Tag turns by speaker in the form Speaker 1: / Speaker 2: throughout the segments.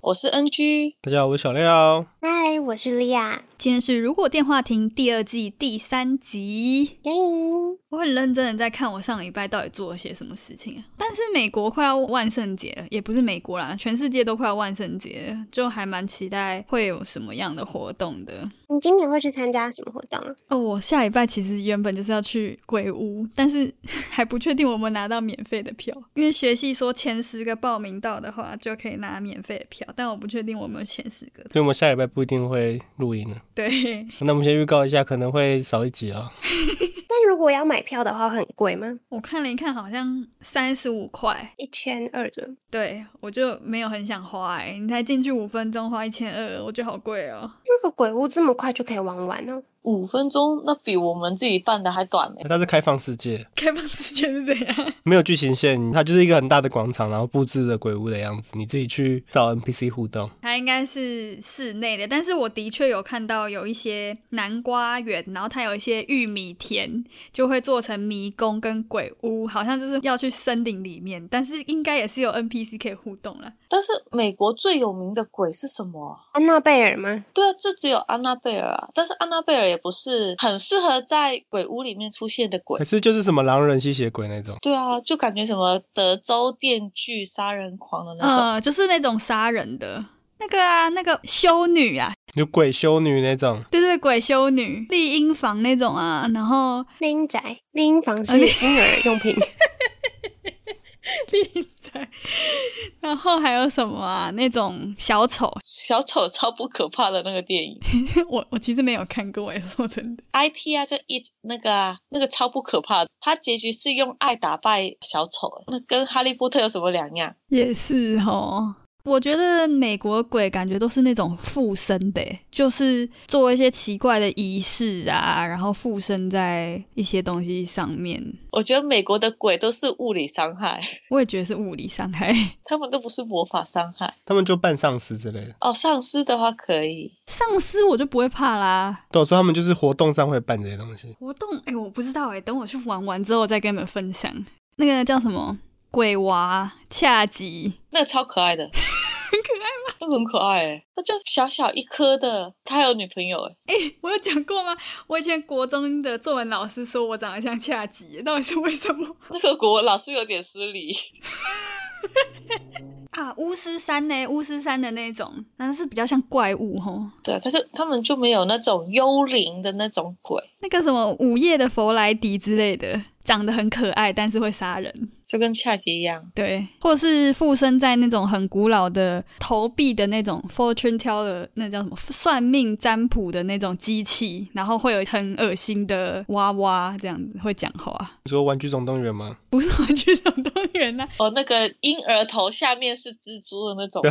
Speaker 1: 我是 NG，
Speaker 2: 大家好，我是小廖。
Speaker 3: 嗨，我是莉亚。
Speaker 4: 今天是《如果电话亭》第二季第三集。
Speaker 3: 耶！
Speaker 4: 我很认真的在看我上礼拜到底做了些什么事情啊。但是美国快要万圣节了，也不是美国啦，全世界都快要万圣节了，就还蛮期待会有什么样的活动的。
Speaker 5: 你今年会去参加什么活动啊？
Speaker 4: 哦，我下礼拜其实原本就是要去鬼屋，但是还不确定我们拿到免费的票，因为学系说前十个报名到的话就可以拿免费的票，但我不确定我们有前十个。
Speaker 2: 所以我们下礼拜不一定会录音了，
Speaker 4: 对，
Speaker 2: 那我们先预告一下，可能会少一集啊。
Speaker 5: 那如果要买票的话，会很贵吗？
Speaker 4: 我看了一看，好像三十五块，
Speaker 5: 一千二左右。
Speaker 4: 对我就没有很想花、欸。你才进去五分钟，花一千二，我觉得好贵哦、
Speaker 5: 那个鬼屋这么快就可以玩完哦？
Speaker 1: 五分钟，那比我们自己办的还短呢、
Speaker 2: 它是开放世界，
Speaker 4: 开放时间是怎样？
Speaker 2: 没有剧情线，它就是一个很大的广场，然后布置的鬼屋的样子，你自己去找 NPC 互动。
Speaker 4: 它应该是室内的，但是我的确有看到有一些南瓜园，然后它有一些玉米田，就会做成迷宫跟鬼屋，好像就是要去森林里面，但是应该也是有 NPC 可以互动了。
Speaker 1: 但是美国最有名的鬼是什么啊、
Speaker 5: 安娜贝尔吗？
Speaker 1: 对啊，就只有安娜贝尔啊。但是安娜贝尔也不是很适合在鬼屋里面出现的鬼
Speaker 2: 可。是就是什么狼人吸血鬼那种，
Speaker 1: 对啊，就感觉什么德州电锯杀人狂的那种。
Speaker 4: 呃，就是那种杀人的。那个啊，那个修女啊，
Speaker 2: 有鬼修女那种，
Speaker 4: 对对，鬼修女、丽婴房那种啊，然后
Speaker 5: 丽婴宅、丽婴房是
Speaker 4: 丽
Speaker 5: 婴儿用品，
Speaker 4: 丽仔，然后还有什么啊？那种小丑，
Speaker 1: 小丑超不可怕的那个电影
Speaker 4: 我我其实没有看过，哎，说真的，
Speaker 1: ，IT 啊，就 It 那个啊，那个超不可怕的。它结局是用爱打败小丑，那跟哈利波特有什么两样？
Speaker 4: 也是哦。我觉得美国鬼感觉都是那种附身的欸，就是做一些奇怪的仪式啊，然后附身在一些东西上面。
Speaker 1: 我觉得美国的鬼都是物理伤害，
Speaker 4: 我也觉得是物理伤害。
Speaker 1: 他们都不是魔法伤害。
Speaker 2: 他们就扮丧尸之类的。
Speaker 1: 哦，丧尸的话可以，
Speaker 4: 丧尸我就不会怕啦。
Speaker 2: 对，所以他们就是活动上会办这些东西。
Speaker 4: 活动，哎，我不知道哎，等我去玩完之后再跟你们分享。那个叫什么鬼娃恰吉，
Speaker 1: 那个超可爱的， 很可爱吗？那个很可爱哎，那就小小一颗的，他还有女朋友哎，
Speaker 4: 我有讲过吗？我以前国中的作文老师说我长得像恰吉，到底是为什么
Speaker 1: 那个国文老师有点失礼。
Speaker 4: 啊？巫师三呢？巫师三的那种，那是比较像怪物吼。
Speaker 1: 对啊，但是他们就没有那种幽灵的那种鬼，
Speaker 4: 那个什么午夜的弗莱迪之类的，长得很可爱，但是会杀人。
Speaker 1: 就跟恰吉一样。
Speaker 4: 对，或是附身在那种很古老的投币的那种 fortune teller，那叫什么算命占卜的那种机器，然后会有很恶心的娃娃这样子会讲话，
Speaker 2: 你说《玩具总动员》吗？
Speaker 4: 不是玩具总动员呐、
Speaker 1: 哦，那个婴儿头下面是蜘蛛的那种，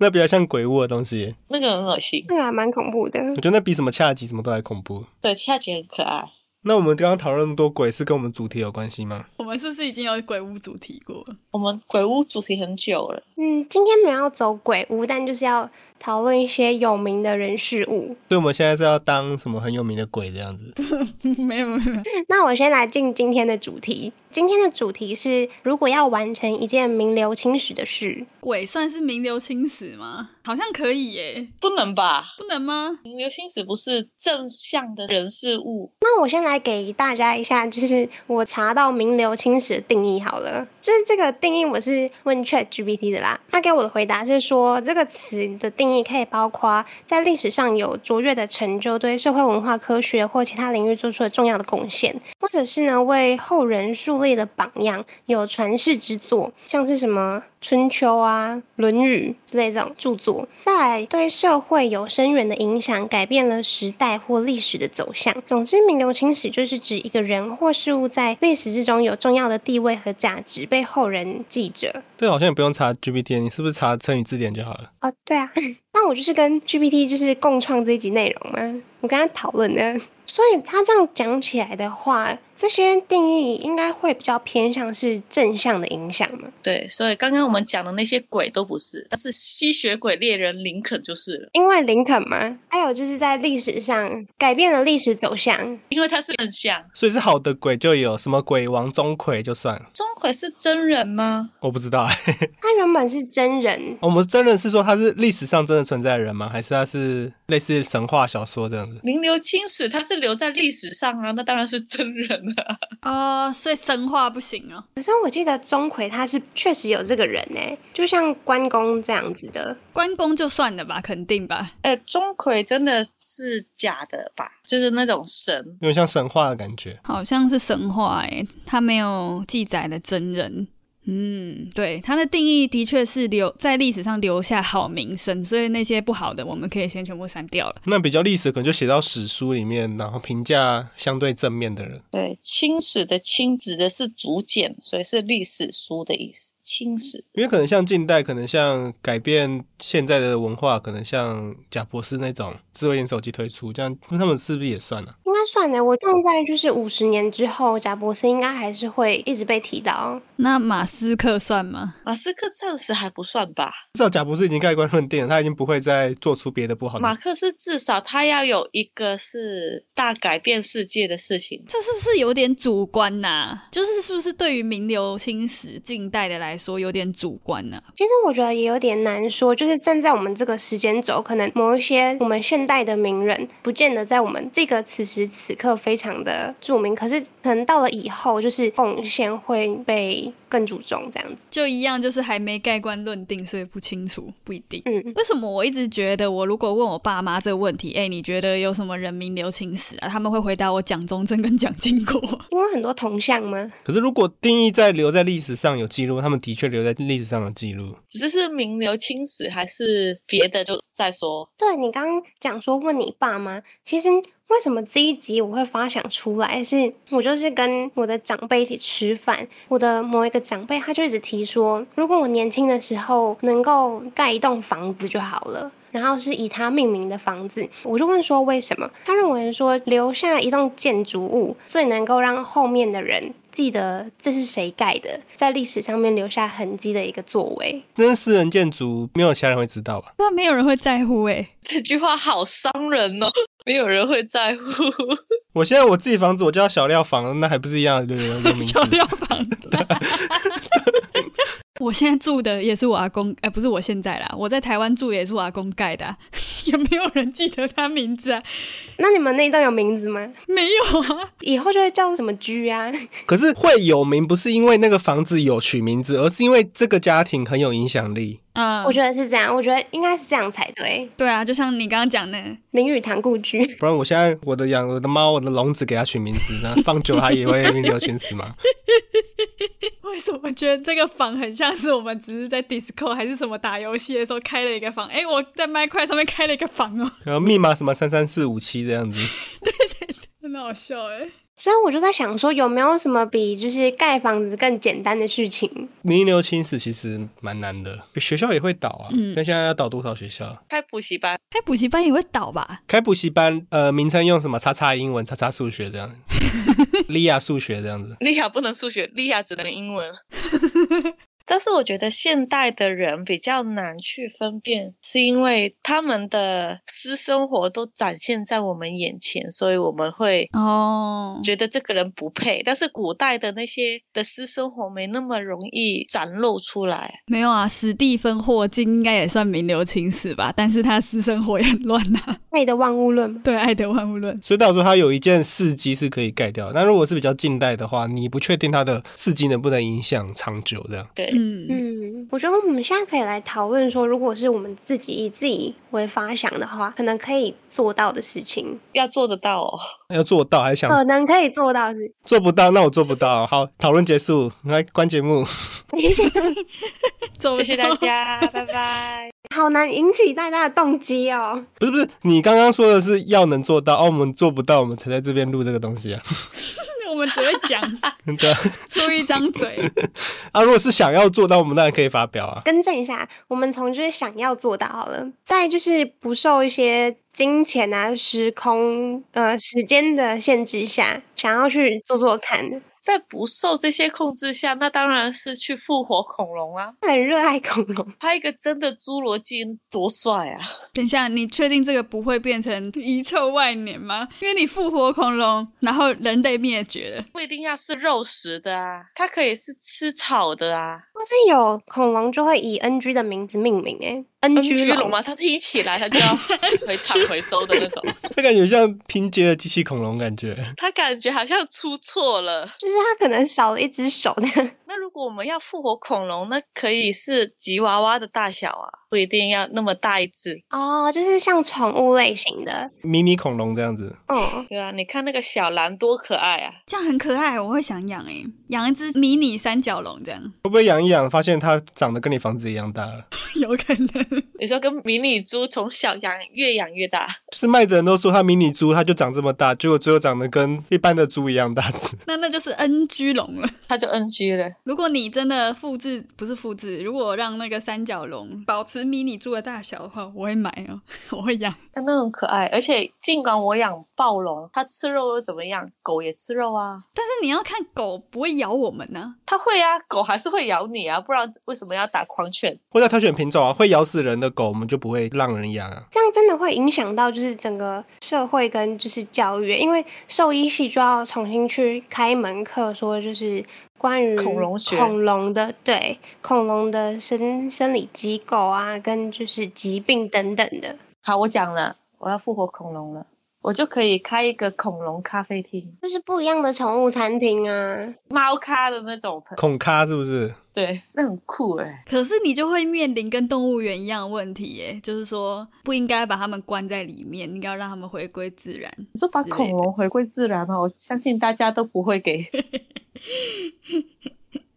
Speaker 2: 那比较像鬼屋的东西，
Speaker 1: 那个很恶心。
Speaker 5: 那个还蛮恐怖的
Speaker 2: 我。觉得那比什么恰吉什么都还恐怖。
Speaker 1: 对，恰吉很可爱。
Speaker 2: 那我们刚刚讨论那么多鬼，是跟我们主题有关系吗？
Speaker 4: 我们是不是已经有鬼屋主题过了？
Speaker 1: 我们鬼屋主题很久了，
Speaker 5: 嗯，今天没有要走鬼屋，但就是要讨论一些有名的人事物。
Speaker 2: 所以我们现在是要当什么很有名的鬼这样子？
Speaker 4: 没有没有，没有
Speaker 5: 嗯那我先来进今天的主题。今天的主题是，如果要完成一件名留青史的事，
Speaker 4: 鬼算是名留青史吗？好像可以耶，
Speaker 1: 不能吧？
Speaker 4: 不能吗？
Speaker 1: 流星史不是正向的人事物，
Speaker 5: 那我先来给大家一下，就是我查到名留青史的定义好了，就是这个定义我是问 Chat GPT 的啦，他给我的回答是说，这个词的定义可以包括在历史上有卓越的成就，对社会文化、科学或其他领域做出了重要的贡献，或者是呢为后人树立了榜样，有传世之作，像是什么。春秋啊、《论语》之类这种著作，再来对社会有深远的影响，改变了时代或历史的走向。总之，名留青史就是指一个人或事物在历史之中有重要的地位和价值，被后人记着。
Speaker 2: 这个好像也不用查 GPT，你是不是查成语字典就好了？
Speaker 5: 哦，对啊，但我就是跟 GPT 就是共创这一集内容嘛，我跟他讨论的。所以他这样讲起来的话，这些定义应该会比较偏向是正向的影响嘛？
Speaker 1: 对，所以刚刚我们讲的那些鬼都不是，但是吸血鬼猎人林肯就是了，
Speaker 5: 因为林肯嘛，还有就是在历史上改变了历史走向。
Speaker 1: 因为他是很像
Speaker 2: 所以是好的鬼就有什么鬼王钟馗就算了，
Speaker 1: 钟馗是真人吗？
Speaker 2: 我不知道、 欸。
Speaker 5: 他原本是真人，
Speaker 2: 我们真的是说他是历史上真的存在的人吗？还是他是类似神话小说这样子？
Speaker 1: 名留青史，他是留在历史上啊，那当然是真人啊。
Speaker 4: 哦、所以神话不行哦。
Speaker 5: 可是我记得钟馗他是确实有这个人呢、就像关公这样子的。
Speaker 4: 关公就算了吧，肯定吧。
Speaker 1: 哎，钟馗真的是假的吧？就是那种神，
Speaker 2: 有点像神话的感觉。
Speaker 4: 好像是神话诶，它没有记载的真人。嗯，对，它的定义的确是留在历史上留下好名声，所以那些不好的我们可以先全部删掉了。
Speaker 2: 那比较历史可能就写到史书里面，然后评价相对正面的人。
Speaker 1: 对，青史的青指的是竹简，所以是历史书的意思。青史
Speaker 2: 因为可能像近代，可能像改变现在的文化，可能像贾博士那种智慧型手机推出，这样那他们是不是也算啊？
Speaker 5: 应该算呢，我放在就是五十年之后，贾伯斯应该还是会一直被提到。
Speaker 4: 那马斯克算吗？
Speaker 1: 马斯克暂时还不算吧，
Speaker 2: 至少贾博士已经盖棺论定了，他已经不会再做出别的不好
Speaker 1: 马
Speaker 2: 的。
Speaker 1: 克思至少他要有一个是大改变世界的事情。
Speaker 4: 这是不是有点主观呐、就是是不是对于名流青史近代的来说有点主观呐、
Speaker 5: 其实我觉得也有点难说，就是站在我们这个时间轴，可能某一些我们现代的名人，不见得在我们这个此时此刻非常的著名，可是可能到了以后，就是贡献会被更注重这样子。
Speaker 4: 就一样，就是还没盖棺论定，所以不清楚，不一定。
Speaker 5: 嗯，
Speaker 4: 为什么我一直觉得，我如果问我爸妈这个问题，哎、你觉得有什么人民留青史啊？他们会回答我蒋中正跟蒋经国。
Speaker 5: 因为很多铜像吗？
Speaker 2: 可是如果定义在留在历史上有记录，他们的确留在历史上有记录。
Speaker 1: 只是是名留青史还是别的，就再说。
Speaker 5: 对你刚刚讲说问你爸妈，其实为什么这一集我会发想出来是，我就是跟我的长辈一起吃饭，我的某一个长辈他就一直提说，如果我年轻的时候能够盖一栋房子就好了。然后是以他命名的房子，我就问说为什么？他认为说留下一栋建筑物最能够让后面的人记得这是谁盖的，在历史上面留下痕迹的一个作为。
Speaker 2: 那是私人建筑，没有其他人会知道吧？
Speaker 4: 那没有人会在乎哎、
Speaker 1: 这句话好伤人哦，没有人会在乎。
Speaker 2: 我现在我自己房子，我叫小料房，那还不是一样留留名 字？
Speaker 4: 小料房。我现在住的也是我阿公，哎、不是我现在啦，我在台湾住的也是我阿公盖的、啊， 也没有人记得他名字啊，
Speaker 5: 那你们那一栋有名字吗？
Speaker 4: 没有 啊，
Speaker 5: 以后就会叫什么居啊？
Speaker 2: 可是会有名，不是因为那个房子有取名字，而是因为这个家庭很有影响力。
Speaker 4: 嗯，
Speaker 5: 我觉得是这样，我觉得应该是这样才对。
Speaker 4: 对啊，就像你刚刚讲的，
Speaker 5: 林语堂故居，
Speaker 2: 不然我现在我的养我的猫，我的笼子给它取名字，那放久了它也会留青史 嘛。
Speaker 4: 为什么觉得这个房很像是我们只是在 Disco 还是什么打游戏的时候开了一个房？哎、我在 Minecraft 上面开了一个房哦，
Speaker 2: 然后密码什么三三四五七这样子，
Speaker 4: 很好笑哎、
Speaker 5: 所以我就在想说，有没有什么比就是盖房子更简单的事情？
Speaker 2: 名留青史其实蛮难的。学校也会倒啊，
Speaker 4: 嗯
Speaker 2: 但现在要倒多少学校？
Speaker 1: 开补习班，
Speaker 4: 开补习班也会倒吧？
Speaker 2: 开补习班，呃，名称用什么？叉叉英文，叉叉数学这样， 利亚数学这样子。
Speaker 1: 莉亚不能数学，莉亚只能英文。 但是我觉得现代的人比较难去分辨，是因为他们的私生活都展现在我们眼前，所以我们会
Speaker 4: 哦
Speaker 1: 觉得这个人不配。但是古代的那些的私生活没那么容易展露出来。
Speaker 4: 没有啊，史蒂芬霍金应该也算名留青史吧，但是他私生活也很乱呐、啊
Speaker 5: 爱的万物论吗？
Speaker 4: 对爱的万物论，
Speaker 2: 所以到时候它有一件事迹是可以盖掉的，但如果是比较近代的话，你不确定它的事迹能不能影响长久这样。
Speaker 1: 对，
Speaker 4: 嗯，
Speaker 5: 嗯，我觉得我们现在可以来讨论说，如果是我们自己以自己为发想的话，可能可以做到的事情，
Speaker 1: 要做得到 哦。
Speaker 2: 要做到还是
Speaker 5: 可
Speaker 2: 想
Speaker 5: 能可以做到的事。
Speaker 2: 做不到，那我做不到。好，讨论结束，来关节目。
Speaker 4: 走
Speaker 1: 谢谢大家，拜拜。
Speaker 5: 好难引起大家的动机哦。
Speaker 2: 不是不是，你刚刚说的是要能做到，哦，我们做不到，我们才在这边录这个东西啊。
Speaker 4: 我们只会讲
Speaker 2: 对啊，
Speaker 4: 出一张 嘴，
Speaker 2: 啊，如果是想要做到，我们当然可以发表啊。
Speaker 5: 更正一下，我们从就是想要做到好了，再就是不受一些金钱啊、时空、呃时间的限制下，想要去做做看，
Speaker 1: 在不受这些控制下，那当然是去复活恐龙啊！
Speaker 5: 很热爱恐 龙。
Speaker 1: 拍一个真的侏罗纪多帅啊！
Speaker 4: 等一下，你确定这个不会变成遗臭万年吗？因为你复活恐龙，然后人类灭绝了。
Speaker 1: 不一定要是肉食的啊，它可以是吃草的啊。
Speaker 5: 或是有恐龙就会以 NG 的名字命名、欸，哎，NG
Speaker 1: 嗯龙嘛，它听起来它就要回厂回收的那种，
Speaker 2: 这感觉像拼接的机器恐龙感觉。
Speaker 1: 它感觉好像出错了。
Speaker 5: 就是它可能少了一只手这样。
Speaker 1: 那如果我们要复活恐龙，那可以是吉娃娃的大小啊，不一定要那么大一只。
Speaker 5: 哦，就是像宠物类型的，
Speaker 2: 迷你恐龙这样子，
Speaker 5: 嗯，
Speaker 1: 对啊，你看那个小蓝多可爱啊！
Speaker 4: 这样很可爱，我会想养诶、养一只迷你三角龙这样，
Speaker 2: 会不会养一养，发现它长得跟你房子一样大了？
Speaker 4: 有可能。
Speaker 1: 你说跟迷你猪从小养越养越大，
Speaker 2: 就是卖的人都说它迷你猪，它就长这么大，结果最后长得跟一般的猪一样大只。
Speaker 4: 那那就是 NG 龙了。
Speaker 1: 它就 NG 了。
Speaker 4: 如果你真的复制不是复制，如果让那个三角龙保持迷你猪的大小的话，我会买哦， 我会养。
Speaker 1: 真的很可爱，而且尽管我养暴龙，它吃肉又怎么样？狗也吃肉啊，
Speaker 4: 但是你要看狗不会咬我们呢、
Speaker 1: 它会啊，狗还是会咬你啊，不然为什么要打狂犬？
Speaker 2: 或者挑选品种啊，会咬死人的狗，我们就不会让人养啊。
Speaker 5: 这样真的会影响到就是整个社会跟就是教育，因为兽医系就要重新去开一门课，说就是关于
Speaker 1: 恐龙学
Speaker 5: 恐龙的对恐龙的生生理机构啊，跟就是疾病等等的。
Speaker 1: 好，我讲了，我要复活恐龙了，我就可以开一个恐龙咖啡厅，
Speaker 5: 就是不一样的宠物餐厅啊，
Speaker 1: 猫咖的那种朋，
Speaker 2: 恐咖是不是？
Speaker 1: 对，那很酷哎、
Speaker 4: 可是你就会面临跟动物园一样的问题耶，就是说不应该把它们关在里面，应该要让它们回归自然。
Speaker 1: 你说把
Speaker 4: 之类
Speaker 1: 恐龙回归自然吗？我相信大家都不会给。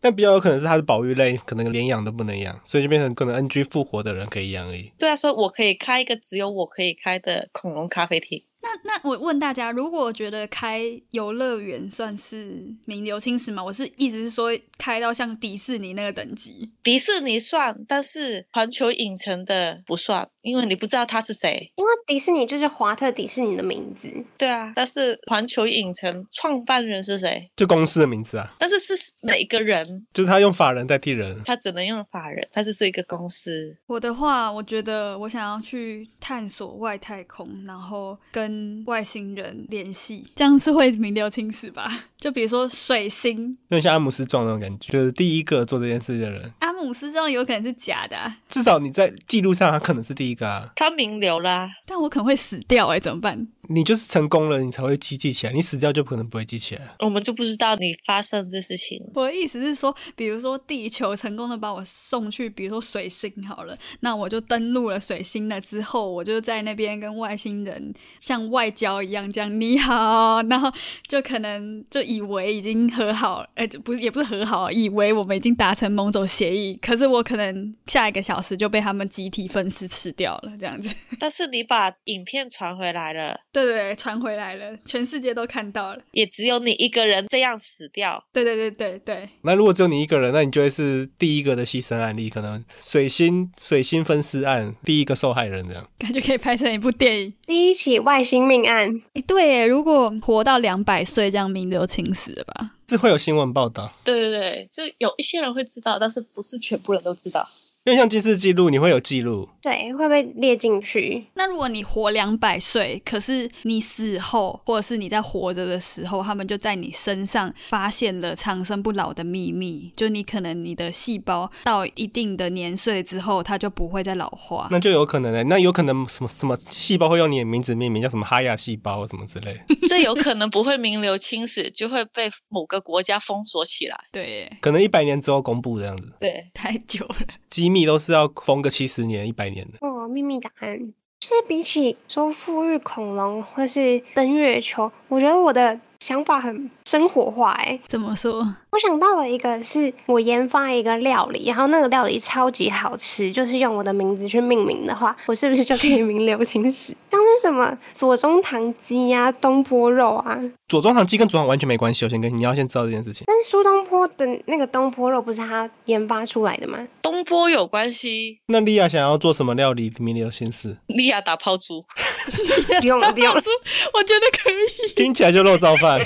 Speaker 2: 但比较有可能是它是保育类，可能连养都不能养，所以就变成可能 NG 复活的人可以养而已。
Speaker 1: 对啊，所以我可以开一个只有我可以开的恐龙咖啡厅。
Speaker 4: 那那我问大家，如果觉得开游乐园算是名留青史吗？我是意思是说开到像迪士尼那个等级，
Speaker 1: 迪士尼算，但是环球影城的不算，因为你不知道他是谁。
Speaker 5: 因为迪士尼就是华特迪士尼的名字，
Speaker 1: 对啊，但是环球影城创办人是谁？
Speaker 2: 就公司的名字啊，
Speaker 1: 但是是哪个人？
Speaker 2: 就是他用法人代替人。
Speaker 1: 他只能用法人，他就是一个公司。
Speaker 4: 我的话，我觉得我想要去探索外太空，然后跟外星人联系，这样是会名留青史吧？ 就比如说水星，
Speaker 2: 有点像阿姆斯壮那种感觉，就是第一个做这件事的人，
Speaker 4: 阿姆斯壮有可能是假的啊、
Speaker 2: 至少你在记录上他可能是第一个啊。
Speaker 1: 他名流啦，
Speaker 4: 但我可能会死掉哎、怎么办？
Speaker 2: 你就是成功了，你才会记记起来，你死掉就可能不会记起来。
Speaker 1: 我们就不知道你发生这事情了。
Speaker 4: 我的意思是说，比如说地球成功的把我送去，比如说水星好了，那我就登陆了水星了之后，我就在那边跟外星人像外交一样这样你好，然后就可能就以为已经和好，哎、就不是也不是和好，啊以为我们已经达成某种协议，可是我可能下一个小时就被他们集体分尸吃掉了，这样子。
Speaker 1: 但是你把影片传回来了，
Speaker 4: 对对对，传回来了，全世界都看到了。
Speaker 1: 也只有你一个人这样死掉。
Speaker 4: 对对对对对，
Speaker 2: 那如果只有你一个人，那你就会是第一个的牺牲案例，可能水星水星分尸案第一个受害人这样。
Speaker 4: 感觉可以拍成一部电影。
Speaker 5: 第一起外星命案，
Speaker 4: 哎，对耶，如果活到两百岁，这样名留青史了吧？
Speaker 2: 是会有新闻报道，
Speaker 1: 对对对，就有一些人会知道，但是不是全部人都知道。
Speaker 2: 因为像近视记录，你会有记录，
Speaker 5: 对，会被列进去。
Speaker 4: 那如果你活两百岁，可是你死后，或者是你在活着的时候，他们就在你身上发现了长生不老的秘密，就你可能你的细胞到一定的年岁之后，它就不会再老化。
Speaker 2: 那就有可能嘞、那有可能什么什么细胞会用你的名字命名，叫什么哈亚细胞什么之类，
Speaker 1: 这有可能不会名留青史，就会被某个国家封锁起来。
Speaker 4: 对耶，
Speaker 2: 可能一百年之后公布这样子。
Speaker 1: 对，
Speaker 4: 太久了。
Speaker 2: 机密都是要封个七十年、一百年的。
Speaker 5: 哦，秘密答案就是比起说富裕恐龙或是登月球，我觉得我的想法很生活化哎、
Speaker 4: 怎么说？
Speaker 5: 我想到了一个是我研发一个料理，然后那个料理超级好吃，就是用我的名字去命名的话，我是不是就可以名留青史？ 像是什么左宗棠鸡呀、东坡肉啊，
Speaker 2: 左宗棠鸡跟左宗棠完全没关系，我先跟你要先知道这件事情。
Speaker 5: 但是苏东坡的那个东坡肉不是他研发出来的吗？
Speaker 1: 东坡有关系，
Speaker 2: 那莉亚想要做什么料理？名留青史，
Speaker 1: 莉亚打抛猪，
Speaker 5: 不用了，不用了。
Speaker 4: 我觉得可以，
Speaker 2: 听起来就肉燥饭。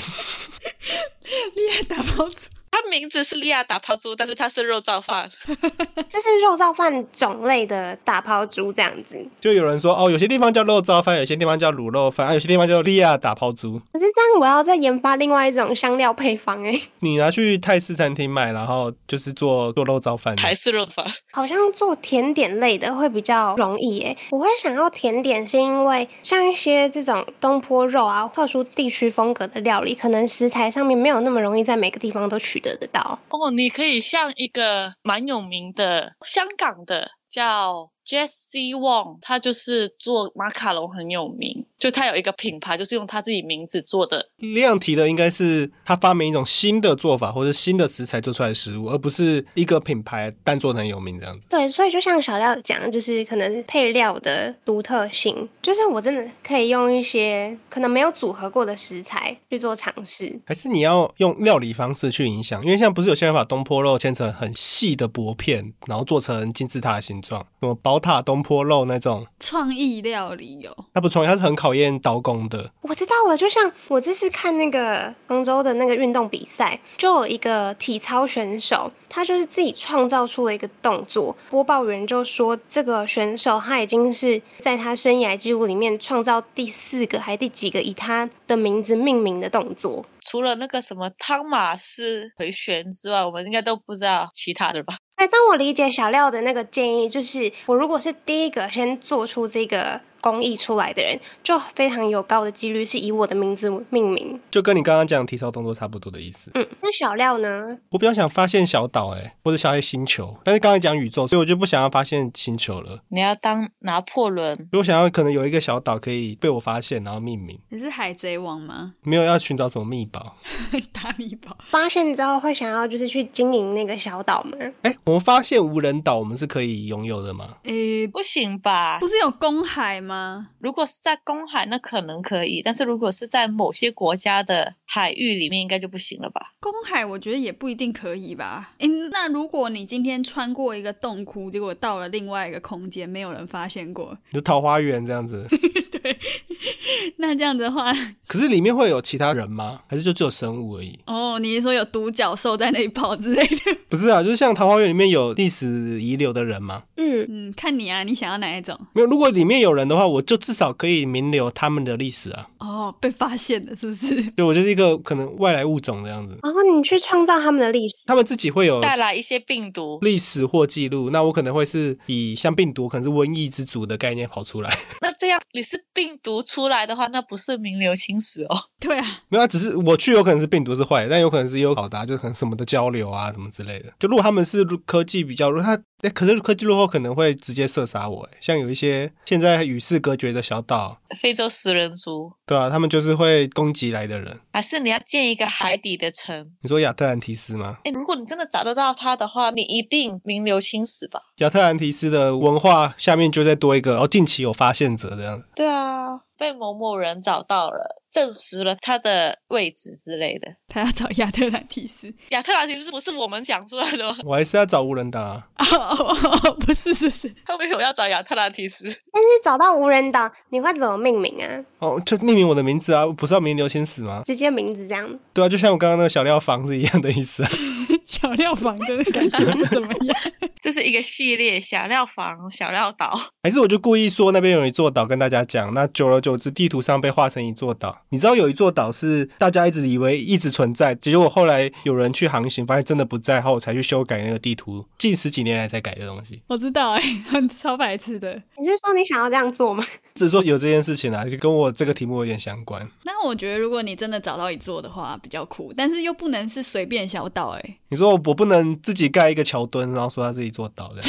Speaker 4: 厉害打包组。
Speaker 1: 他名字是莉亚打抛猪，但是他是肉燥饭。
Speaker 5: 就是肉燥饭种类的打抛猪这样子。
Speaker 2: 就有人说哦，有些地方叫肉燥饭，有些地方叫卤肉饭，啊，有些地方叫利亚打抛猪。
Speaker 5: 可是这样，我要再研发另外一种香料配方、欸，
Speaker 2: 你拿去泰式餐厅卖，然后就是做做肉燥饭。
Speaker 1: 台式肉饭，
Speaker 5: 好像做甜点类的会比较容易、欸，我会想要甜点是因为像一些这种东坡肉啊，特殊地区风格的料理，可能食材上面没有那么容易在每个地方都取得得到。
Speaker 1: 哦，你可以像一个蛮有名的香港的叫 Jessie Wong，他就是做马卡龙很有名，就他有一个品牌，就是用他自己名字做的。
Speaker 2: 量提的应该是他发明一种新的做法或者新的食材做出来的食物，而不是一个品牌但做的很有名这样子。
Speaker 5: 对，所以就像小廖讲的，就是可能配料的独特性，就是我真的可以用一些可能没有组合过的食材去做尝试。
Speaker 2: 还是你要用料理方式去影响，因为像不是有些人把东坡肉切成很细的薄片，然后做成金字塔的形状，什么宝塔东坡肉那种，
Speaker 4: 创意料理哦，
Speaker 2: 它不创意，它是很考验刀工的。
Speaker 5: 我知道了，就像我这次看那个杭州的那个运动比赛，就有一个体操选手，他就是自己创造出了一个动作。播报员就说，这个选手他已经是在他生涯记录里面创造第四个还第几个以他的名字命名的动作。
Speaker 1: 除了那个什么汤马斯回旋之外，我们应该都不知道其他的吧？
Speaker 5: 哎，但我理解小廖的那个建议，就是我如果是第一个先做出这个工艺出来的人，就非常有高的几率是以我的名字命名。
Speaker 2: 就跟你刚刚讲体操动作差不多的意思。
Speaker 5: 嗯，那小廖呢？
Speaker 2: 我比较想发现小岛，哎，或者小黑星球，但是刚才讲宇宙，所以我就不想要发现星球了。
Speaker 1: 你要当拿破仑，
Speaker 2: 如果想要可能有一个小岛可以被我发现，然后命名，
Speaker 4: 你是海贼王吗？
Speaker 2: 没有要寻找什么秘宝。
Speaker 4: 大米堡，
Speaker 5: 发现之后会想要就是去经营那个小岛吗？
Speaker 2: 哎，我们发现无人岛，我们是可以拥有的吗？
Speaker 4: 诶、
Speaker 1: 不行吧？
Speaker 4: 不是有公海吗？
Speaker 1: 如果是在公海，那可能可以，但是如果是在某些国家的海域里面，应该就不行了吧？
Speaker 4: 公海我觉得也不一定可以吧。诶、那如果你今天穿过一个洞窟，结果到了另外一个空间，没有人发现过，
Speaker 2: 有桃花源这样子，
Speaker 4: 那这样的话，
Speaker 2: 可是里面会有其他人吗？还是就只有生物而已？
Speaker 4: 哦，你是说有独角兽在那里跑之类的？
Speaker 2: 不是啊，就是像桃花源里面有历史遗留的人吗？
Speaker 5: 嗯，
Speaker 4: 嗯，看你啊，你想要哪一种？
Speaker 2: 没有，如果里面有人的话，我就至少可以名留他们的历史啊。
Speaker 4: 哦，被发现了是不是？
Speaker 2: 就我就是一个可能外来物种这样子，
Speaker 5: 然后你去创造他们的历史。
Speaker 2: 他们自己会有
Speaker 1: 带来一些病毒，
Speaker 2: 历史或记录，那我可能会是以像病毒，可能是瘟疫之主的概念跑出来。
Speaker 1: 那这样你是病毒出来的话，那不是名留青史哦。
Speaker 4: 对啊，
Speaker 2: 没有啊，只是我去有可能是病毒是坏的，但有可能是有好的啊、就可能什么的交流啊，什么之类的。就如果他们是科技比较弱，他哎，可是科技落后可能会直接射杀我。哎像有一些现在与世隔绝的小岛，
Speaker 1: 非洲食人族，
Speaker 2: 对啊，他们就是会攻击来的人。
Speaker 1: 还是你要建一个海底的城？
Speaker 2: 你说亚特兰提斯吗？
Speaker 1: 哎，如果你真的找得到它的话，你一定名留青史吧？
Speaker 2: 亚特兰提斯的文化下面就再多一个，然后近期有发现者这样。
Speaker 1: 对啊，被某某人找到了，证实了他的位置之类的。
Speaker 4: 他要找亚特兰蒂斯。
Speaker 1: 亚特兰提斯不是我们讲出来的吗？哦
Speaker 2: 我还是要找无人岛、啊。
Speaker 4: 哦哦哦哦，不是，是 是，
Speaker 1: 他为什么要找亚特兰提斯？
Speaker 5: 但是找到无人岛，你会怎么命名啊？
Speaker 2: 哦，就命名我的名字啊，不是要名留青史吗？
Speaker 5: 直接名字这样。
Speaker 2: 对啊，就像我刚刚那个小料房是一样的意思 啊。
Speaker 4: 小料房真的感觉不怎么样。
Speaker 1: 这是一个系列，小料房、小料岛。
Speaker 2: 还是我就故意说那边有一座岛跟大家讲，那久而久之地图上被画成一座岛。你知道有一座岛是大家一直以为一直存在，结果后来有人去航行发现真的不在后，才去修改那个地图，近十几年来才改的东西。
Speaker 4: 我知道哎、很超白痴的。
Speaker 5: 你是说你想要这样做吗？
Speaker 2: 只是说有这件事情啊，就跟我这个题目有点相关。
Speaker 4: 那我觉得，如果你真的找到一座的话，比较酷，但是又不能是随便小岛哎、
Speaker 2: 你说我不能自己盖一个桥墩，然后说他自己做岛的。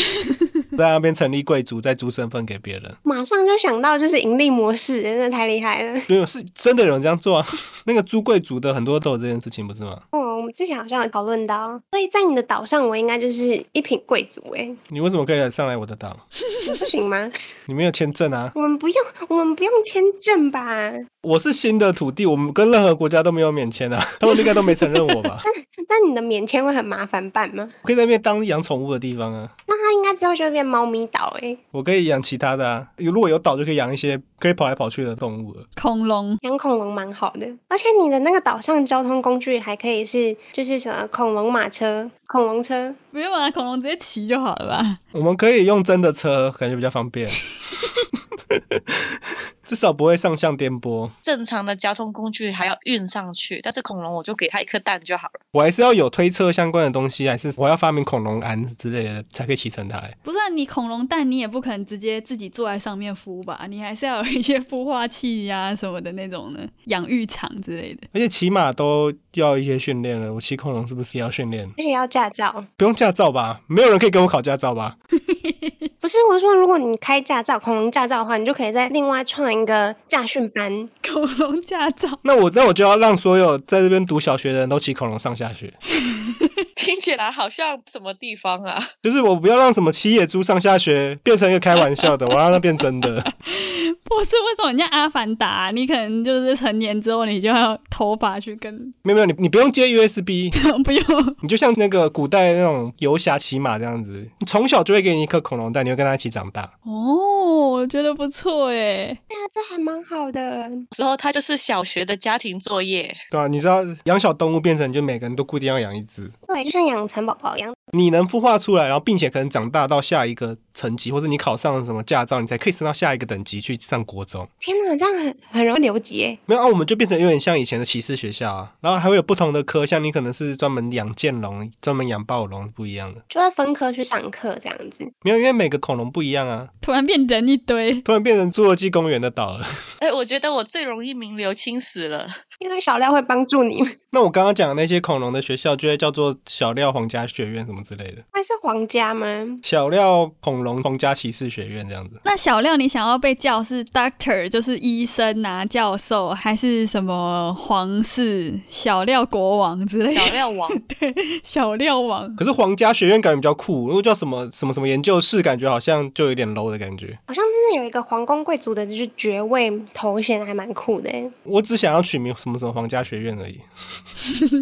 Speaker 2: 在那边成立贵族，再租身份给别人。
Speaker 5: 马上就想到就是盈利模式，真的太厉害了。
Speaker 2: 没有，是真的有人这样做啊。 那个租贵族的很多都有这件事情，不是吗？
Speaker 5: 哦，我们之前好像有讨论到，所以在你的岛上，我应该就是一品贵族哎、
Speaker 2: 你为什么可以来上来我的岛？
Speaker 5: 你不行吗？
Speaker 2: 你没有签证啊？
Speaker 5: 我们不用，我们不用签证吧？
Speaker 2: 我是新的土地，我们跟任何国家都没有免签啊， 他们应该都没承认我吧？
Speaker 5: 但你的免签会很麻烦办吗？
Speaker 2: 我可以在那边当养宠物的地方啊，
Speaker 5: 那它应该之后就会变猫咪岛哎、
Speaker 2: 我可以养其他的啊。如果有岛就可以养一些可以跑来跑去的动物了。
Speaker 4: 恐龙
Speaker 5: 养恐龙蛮好的，而且你的那个岛上交通工具还可以是就是什么恐龙马车、恐龙车，
Speaker 4: 不用啊，恐龙直接骑就好了吧？
Speaker 2: 我们可以用真的车，感觉比较方便， 至少不会上下颠簸。
Speaker 1: 正常的交通工具还要运上去，但是恐龙我就给它一颗蛋就好了。
Speaker 2: 我还是要有推测相关的东西，还是我要发明恐龙鞍之类的才可以骑乘它欸？
Speaker 4: 不是、啊、你恐龙蛋，你也不可能直接自己坐在上面孵吧？你还是要有一些孵化器呀、什么的那种呢，养育场之类的。
Speaker 2: 而且骑马都要一些训练了，我骑恐龙是不是也要训练？
Speaker 5: 而且要驾照。
Speaker 2: 不用驾照吧？没有人可以跟我考驾照吧？
Speaker 5: 不是我说，如果你开驾照恐龙驾照的话，你就可以再另外创一个驾训班。
Speaker 4: 恐龙驾照，
Speaker 2: 那我那我就要让所有在这边读小学的人都骑恐龙上下学，
Speaker 1: 听起来好像什么地方啊？
Speaker 2: 就是我不要让什么骑野猪上下学变成一个开玩笑的，我要让它变真的。
Speaker 4: 不是为什么人家阿凡达、你可能就是成年之后，你就要头发去 跟
Speaker 2: 没有没有，你你不用接 USB，
Speaker 4: 不用
Speaker 2: 你就像那个古代那种游侠骑马这样子，你从小就会给你一颗恐龙蛋，你会跟它一起长大。
Speaker 4: 哦，我觉得不错哎。
Speaker 5: 对啊，这还蛮好的。
Speaker 1: 之后它就是小学的家庭作业，
Speaker 2: 对啊，你知道养小动物变成就每个人都固定要养一只，
Speaker 5: 对，就像养蚕宝宝一样。
Speaker 2: 你能孵化出来，然后并且可能长大到下一个层级，或者你考上了什么驾照，你才可以升到下一个等级去上国中。
Speaker 5: 天哪，这样很很容易留级哎。
Speaker 2: 没有啊，我们就变成有点像以前的骑士学校啊，然后还会有不同的科，像你可能是专门养剑龙，专门养暴龙，不一样的。
Speaker 5: 就会分科去上课这样子，
Speaker 2: 没有，因为每个恐龙不一样啊，
Speaker 4: 突然变人一堆，
Speaker 2: 突然变成侏罗纪公园的岛了。
Speaker 1: 哎，我觉得我最容易名流青史了。
Speaker 5: 因为小廖会帮助你，
Speaker 2: 那我刚刚讲的那些恐龙的学校，就会叫做小料皇家学院什么之类的，
Speaker 5: 那是皇家吗？
Speaker 2: 小料恐龙皇家骑士学院这样子。
Speaker 4: 那小廖，你想要被叫是 doctor，就是医生啊、教授，还是什么皇室、小廖国王之类
Speaker 1: 小
Speaker 4: 的？
Speaker 1: 料 王，
Speaker 4: 小廖王，
Speaker 2: 可是皇家学院感觉比较酷，如果叫什么什么什么研究室，感觉好像就有点 low 的感觉。
Speaker 5: 好像真的有一个皇宫贵族的，就是爵位头衔，还蛮酷的欸。
Speaker 2: 我只想要取名什么什么皇家学院而已，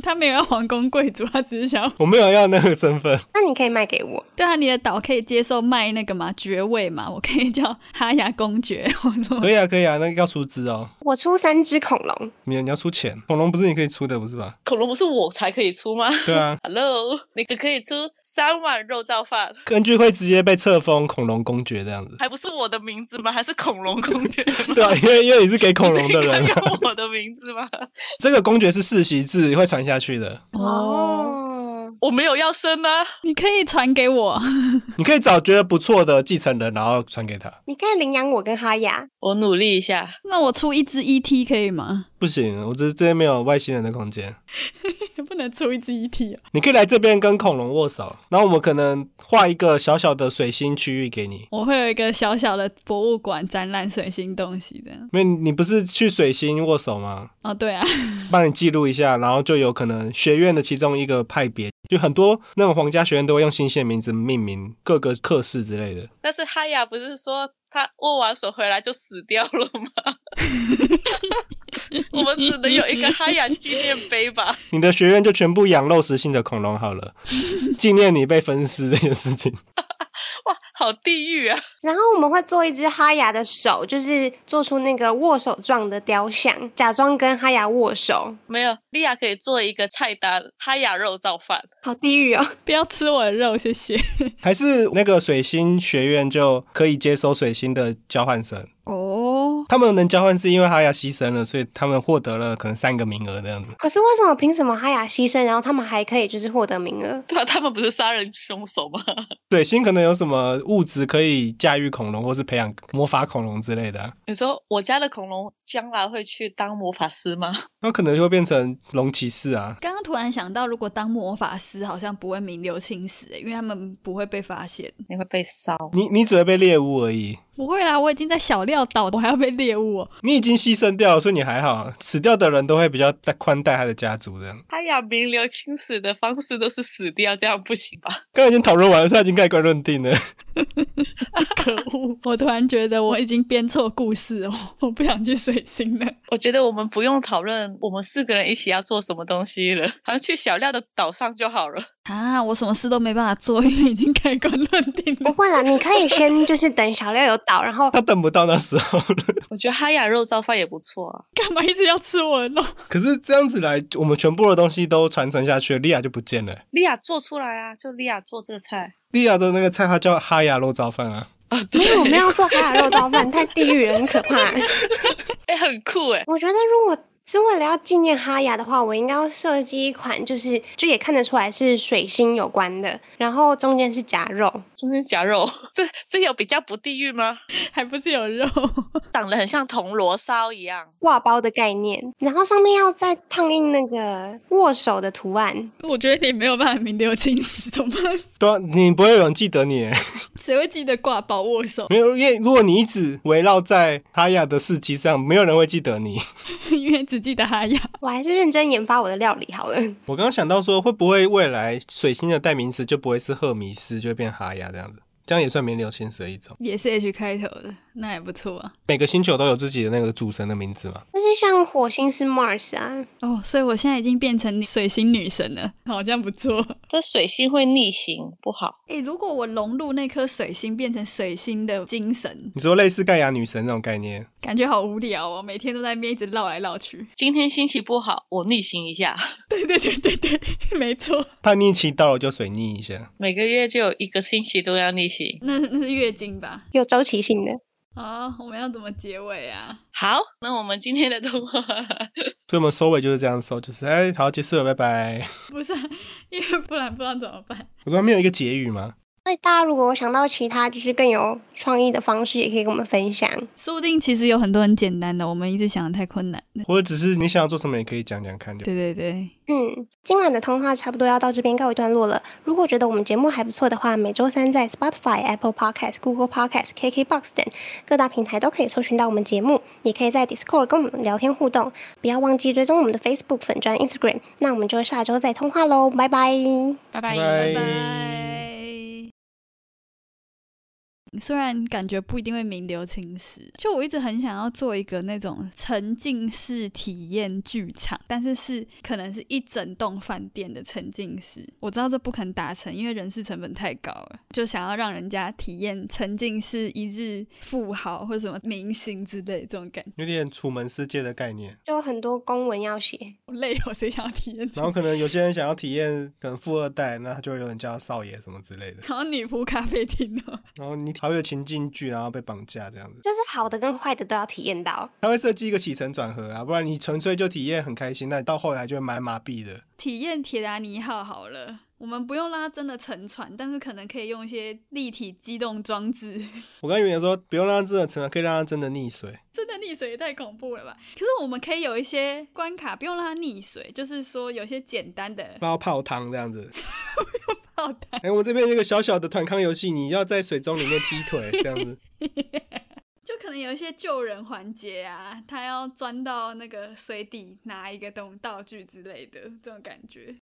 Speaker 4: 他没有要皇宫贵族，他只是想要
Speaker 2: 我没有要那个身份。
Speaker 5: 那你可以卖给我，
Speaker 4: 对啊，你的岛可以接受卖那个吗？爵位嘛，我可以叫哈雅公爵。 我说
Speaker 2: 可以啊，可以啊，那个要出资哦，
Speaker 5: 我出三只恐龙，
Speaker 2: 你你要出钱，恐龙不是你可以出的，不是吧？
Speaker 1: 恐龙不是我才可以出吗
Speaker 2: 对啊，
Speaker 1: ？Hello，你只可以出三碗肉燥饭，
Speaker 2: 根据会直接被册封恐龙公爵这样子。
Speaker 1: 还不是我的名字吗？还是恐龙公 爵吗？
Speaker 2: 对啊，因为因为你是给恐龙的
Speaker 1: 不是应
Speaker 2: 人
Speaker 1: 该
Speaker 2: 啊，
Speaker 1: 要我的名字吗？
Speaker 2: 这个公爵是世袭制，会传下去的。
Speaker 4: 哦，
Speaker 5: 哦，
Speaker 1: 我没有要生啊，
Speaker 4: 你可以传给我，
Speaker 2: 你可以找觉得不错的继承人，然后传给他。
Speaker 5: 你可以领养我跟哈雅，
Speaker 1: 我努力一下。
Speaker 4: 那我出一只 ET 可以吗？
Speaker 2: 不行，我这这边没有外星人的空间。
Speaker 4: 不能出一只 ET 啊！
Speaker 2: 你可以来这边跟恐龙握手，然后我们可能画一个小小的水星区域给你。
Speaker 4: 我会有一个小小的博物馆展览水星东西的。
Speaker 2: 因为你不是去水星握手吗？
Speaker 4: 哦，对啊，
Speaker 2: 帮你记录一下，然后就有可能学院的其中一个派别，就很多那种皇家学院都会用新鲜名字命名各个课室之类的。
Speaker 1: 但是哈雅不是说他握完手回来就死掉了吗？ 我们只能有一个哈雅纪念碑吧。
Speaker 2: 你的学院就全部养肉食性的恐龙好了， 纪念你被分尸这件事情。
Speaker 1: 哇，好地狱啊！
Speaker 5: 然后我们会做一只哈雅的手，就是做出那个握手状的雕像，假装跟哈雅握手，
Speaker 1: 没有，莉亚可以做一个菜单，哈雅肉燥饭。
Speaker 5: 好地狱哦！
Speaker 4: 不要吃我的肉，谢谢。
Speaker 2: 还是那个水星学院就可以接收水星的交换生，
Speaker 4: 哦，哦，
Speaker 2: 他们能交换是因为哈雅牺牲了，所以他们获得了可能三个名额这样子。
Speaker 5: 可是为什么凭什么哈雅牺牲，然后他们还可以就是获得名额？
Speaker 1: 对啊，他们不是杀人凶手吗？
Speaker 2: 水星可能有什么物质可以驾驭恐龙，或是培养魔法恐龙之类的啊、
Speaker 1: 你说我家的恐龙将来会去当魔法师吗？
Speaker 2: 那可能就会变成龙骑士啊。
Speaker 4: 刚刚突然想到，如果当魔法师好像不会名留青史，欸因为他们不会被发现。
Speaker 1: 你会被烧。
Speaker 2: 你你只会被猎物而已，
Speaker 4: 不会啦，我已经在小料岛，我还要被猎物、哦。
Speaker 2: 你已经牺牲掉了，所以你还好。死掉的人都会比较待宽待他的家族这样。
Speaker 1: 哎呀，名流青史的方式都是死掉，这样不行吧？
Speaker 2: 刚才已经讨论完了，所以他已经盖棺论定了。
Speaker 4: 可恶！ 我突然觉得我已经编错故事哦， 我不想去水星了。
Speaker 1: 我觉得我们不用讨论我们四个人一起要做什么东西了， 好像去小廖的岛上就好了。
Speaker 4: 啊，我什么事都没办法做，因为已经盖棺论定
Speaker 5: 不
Speaker 4: 了。
Speaker 5: 会啦，你可以先就是 等小廖有倒，然后
Speaker 2: 他等不到那时候了。
Speaker 1: 我觉得哈雅肉燥饭也不错啊。
Speaker 4: 干嘛一直要吃我的肉？
Speaker 2: 可是这样子来，我们全部的东西都传承下去了，莉亚就不见了。
Speaker 1: 莉亚做出来啊，就莉亚做这个菜。
Speaker 2: 莉亚的那个菜，它叫哈雅肉燥饭啊。
Speaker 1: 啊，
Speaker 5: 没
Speaker 1: 对，
Speaker 5: 有没有做哈雅肉燥饭，太地狱了，很可怕。
Speaker 1: 哎、很酷哎。
Speaker 5: 我觉得如果是为了要纪念哈雅的话，我应该要设计一款，就是就也看得出来是水星有关的，然后中间是夹肉，
Speaker 1: 中间夹肉， 这这有比较不地狱吗？
Speaker 4: 还不是有肉？
Speaker 1: 长得很像铜锣烧一样。
Speaker 5: 挂包的概念，然后上面要再烫印那个握手的图案。
Speaker 4: 我觉得你没有办法名留青史，怎么 办？
Speaker 2: 对啊，你不会有人记得你耶，
Speaker 4: 谁会记得挂保握手？
Speaker 2: 没有，因为如果你一直围绕在哈雅的事迹上，没有人会记得你。
Speaker 4: 因为只记得哈雅。
Speaker 5: 我还是认真研发我的料理好了。
Speaker 2: 我刚刚想到说，会不会未来水星的代名词就不会是赫米斯，就会变哈雅这样子？这样也算名留青史的一种。
Speaker 4: 也是 H 开头的，那也不错啊。
Speaker 2: 每个星球都有自己的那个主神的名字嘛。
Speaker 5: 就是像火星是 Mars 啊，
Speaker 4: 哦，所以我现在已经变成水星女神了，好像不错。
Speaker 1: 这水星会逆行，不好。
Speaker 4: 诶，如果我融入那颗水星，变成水星的精神，
Speaker 2: 你说类似盖亚女神那种概念，
Speaker 4: 感觉好无聊哦，每天都在那边一直绕来绕去。
Speaker 1: 今天心情不好，我逆行一下，
Speaker 4: 对 对对对对，没错，
Speaker 2: 叛逆期到了就水逆一下。
Speaker 1: 每个月就有一个星期都要逆行。
Speaker 4: 那那是月经吧？
Speaker 5: 有周期性的。
Speaker 4: 啊，我们要怎么结尾啊？
Speaker 1: 好，那我们今天的动 画
Speaker 2: 所以我们收尾就是这样收，就是哎，好，结束了，拜拜。
Speaker 4: 不是啊，因为 不然不知道怎么办。
Speaker 2: 我说没有一个结语吗？
Speaker 5: 所以大家如果有想到其他就是更有创意的方式，也可以跟我们分享。
Speaker 4: 说不定其实有很多很简单的，我们一直想的太困难了。
Speaker 2: 或者只是你想要做什么也可以讲讲看就。
Speaker 4: 对对对，
Speaker 5: 嗯，今晚的通话差不多要到这边告一段落了。如果觉得我们节目还不错的话，每周三在 Spotify、Apple Podcast、Google Podcast、KKBox 等各大平台都可以搜寻到我们节目，也可以在 Discord 跟我们聊天互动。不要忘记追踪我们的 Facebook 粉专、Instagram。那我们就下周再通话喽，拜拜。
Speaker 1: 拜拜。
Speaker 2: 拜
Speaker 4: 拜。虽然感觉不一定会名留青史，就我一直很想要做一个那种沉浸式体验剧场，但是是可能是一整栋饭店的沉浸式。我知道这不可能达成，因为人事成本太高了，就想要让人家体验沉浸式一日富豪或者什么明星之类这种感觉。
Speaker 2: 有点楚门世界的概念，
Speaker 5: 就有很多公文要写，
Speaker 4: 好累哦，谁想要体验这种？
Speaker 2: 然后可能有些人想要体验，可能富二代，那他就会有人叫他少爷什么之 类的。
Speaker 4: 然后女仆咖啡厅哦，
Speaker 2: 然后你还会有情境剧，然后被绑架这样子。
Speaker 5: 就是好的跟坏的都要体验到。
Speaker 2: 他会设计一个起承转合啊，不然你纯粹就体验很开心，那你到后来就会蛮麻痹的。
Speaker 4: 体验铁达尼号好了，我们不用让它真的沉船，但是可能可以用一些立体机动装置。
Speaker 2: 我刚以为你说不用让他真的沉啊了，可以让他真的溺水。
Speaker 4: 真的溺水也太恐怖了吧！可是我们可以有一些关卡，不用让它溺水，就是说有些简单的
Speaker 2: 包泡汤这样子。
Speaker 4: 炮弹，
Speaker 2: 哎、我们这边有一个小小的团康游戏，你要在水中里面踢腿这样子。
Speaker 4: 就可能有一些救人环节啊，他要钻到那个水底拿一个东道具之类的这种感觉。